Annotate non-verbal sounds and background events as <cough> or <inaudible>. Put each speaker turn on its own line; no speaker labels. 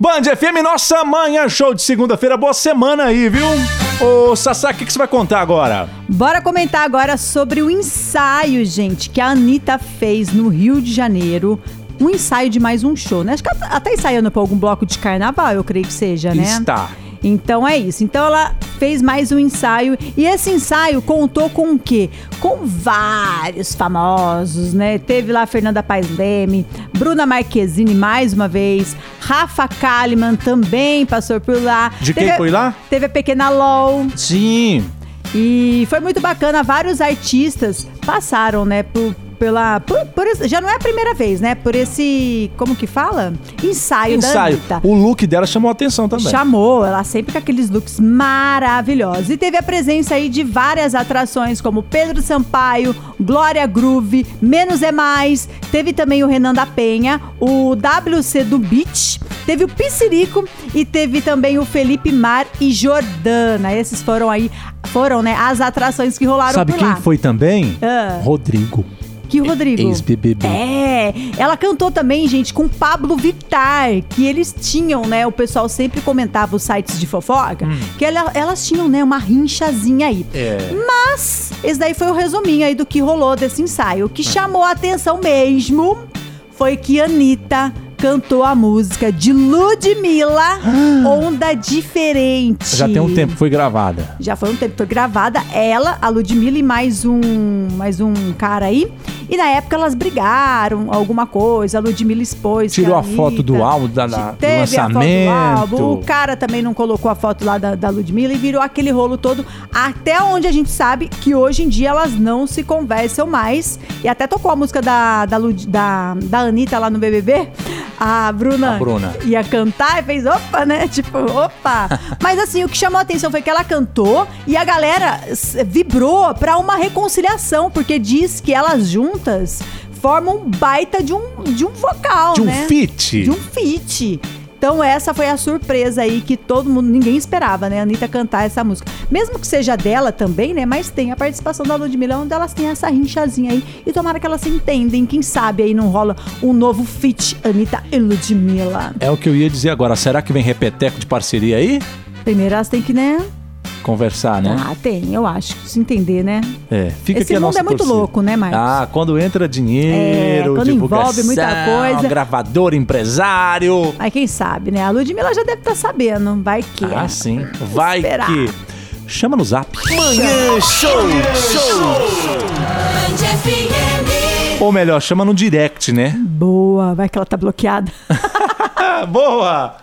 Band FM, nossa manhã, show de segunda-feira. Boa semana aí, viu? Ô, Sassá, o que, que você vai contar agora?
Bora comentar agora sobre o ensaio, gente, que a Anitta fez no Rio de Janeiro. Um ensaio de mais um show, né? Acho que ela tá até ensaiando pra algum bloco de carnaval, eu creio que seja, né?
Está.
Então é isso. Então ela fez mais um ensaio e esse ensaio contou com o quê? Com vários famosos, né? Teve lá Fernanda Paes Leme, Bruna Marquezine mais uma vez, Rafa Kalimann também passou por lá.
De quem
Teve a-
foi lá?
Teve a Pequena LOL.
Sim.
E foi muito bacana, vários artistas passaram, né, por, pela. por- por esse- já não é a primeira vez, né? Por esse. Como que fala? Ensaio,
Ensaio.
da Anitta.
O look dela chamou a atenção também.
Chamou, ela sempre com aqueles looks maravilhosos. E teve a presença aí de várias atrações, como Pedro Sampaio, Glória Groove, Menos é Mais. Teve também o Renan da Penha, o WC do Beach. Teve o Piscirico e teve também o Felipe Mar e Jordana. Esses foram aí, foram, né, as atrações que rolaram
Sabe
por
quem
lá.
foi também?
Ah.
Rodrigo.
Que o Rodrigo.
Ex-BBB.
É, ela cantou também, gente, com Pablo Vittar, que eles tinham, né? O pessoal sempre comentava os sites de fofoca, que ela- elas tinham, né, uma rinchazinha aí.
Hum. É.
Mas esse daí foi o resuminho aí do que rolou desse ensaio. O que chamou a atenção mesmo foi que Anitta cantou a música de Ludmilla, Onda Diferente.
Ah. Já tem um tempo, que foi gravada.
Já foi um tempo, foi gravada ela, a Ludmilla e mais um, mais um cara aí. E na época elas brigaram, alguma coisa, a Ludmilla expôs. que
Tirou a
Anitta-
foto do álbum, da, da- do
Teve a foto do
lançamento.
álbum, o cara também não colocou a foto lá da, da Ludmilla e virou aquele rolo todo, até onde a gente sabe que hoje em dia elas não se conversam mais. E até tocou a música da, da, Lud- da, da Anitta lá no BBB. A Bruna,
A Bruna.
ia cantar e fez opa, né? <laughs> Tipo, opa. Mas assim, o que chamou a atenção foi que ela cantou e a galera s- vibrou pra uma reconciliação, porque diz que elas juntas formam um baita de um, de um vocal,
de um
né?
feat.
de um feat. Então essa foi a surpresa aí que todo mundo, ninguém esperava, né? A Anitta cantar essa música. Mesmo que seja dela também, né? Mas tem a participação da Ludmilla, onde elas têm essa rinchazinha aí. E tomara que elas se entendem. Quem sabe aí não rola um novo feat Anitta e Ludmilla.
É o que eu ia dizer agora. Será que vem repeteco de parceria aí?
Primeiro elas têm que, né?
Conversar, né?
Ah, tem, eu acho. Se entender, né?
É, fica
Esse
aqui a
mundo
nossa
é muito
torcida.
louco, né, Marcos?
Ah, quando entra dinheiro,
É, quando
divulgação,
envolve muita coisa.
gravador, empresário.
Mas quem sabe, né? A Ludmilla já deve estar sabendo. Vai que.
Ah,
é.
sim. Vai
Esperar.
que... Chama no zap.
Manhã Show. Show.
Band FM.
Ou
<laughs>
melhor, chama no direct, né?
Boa, vai que ela tá bloqueada.
Ah, boa!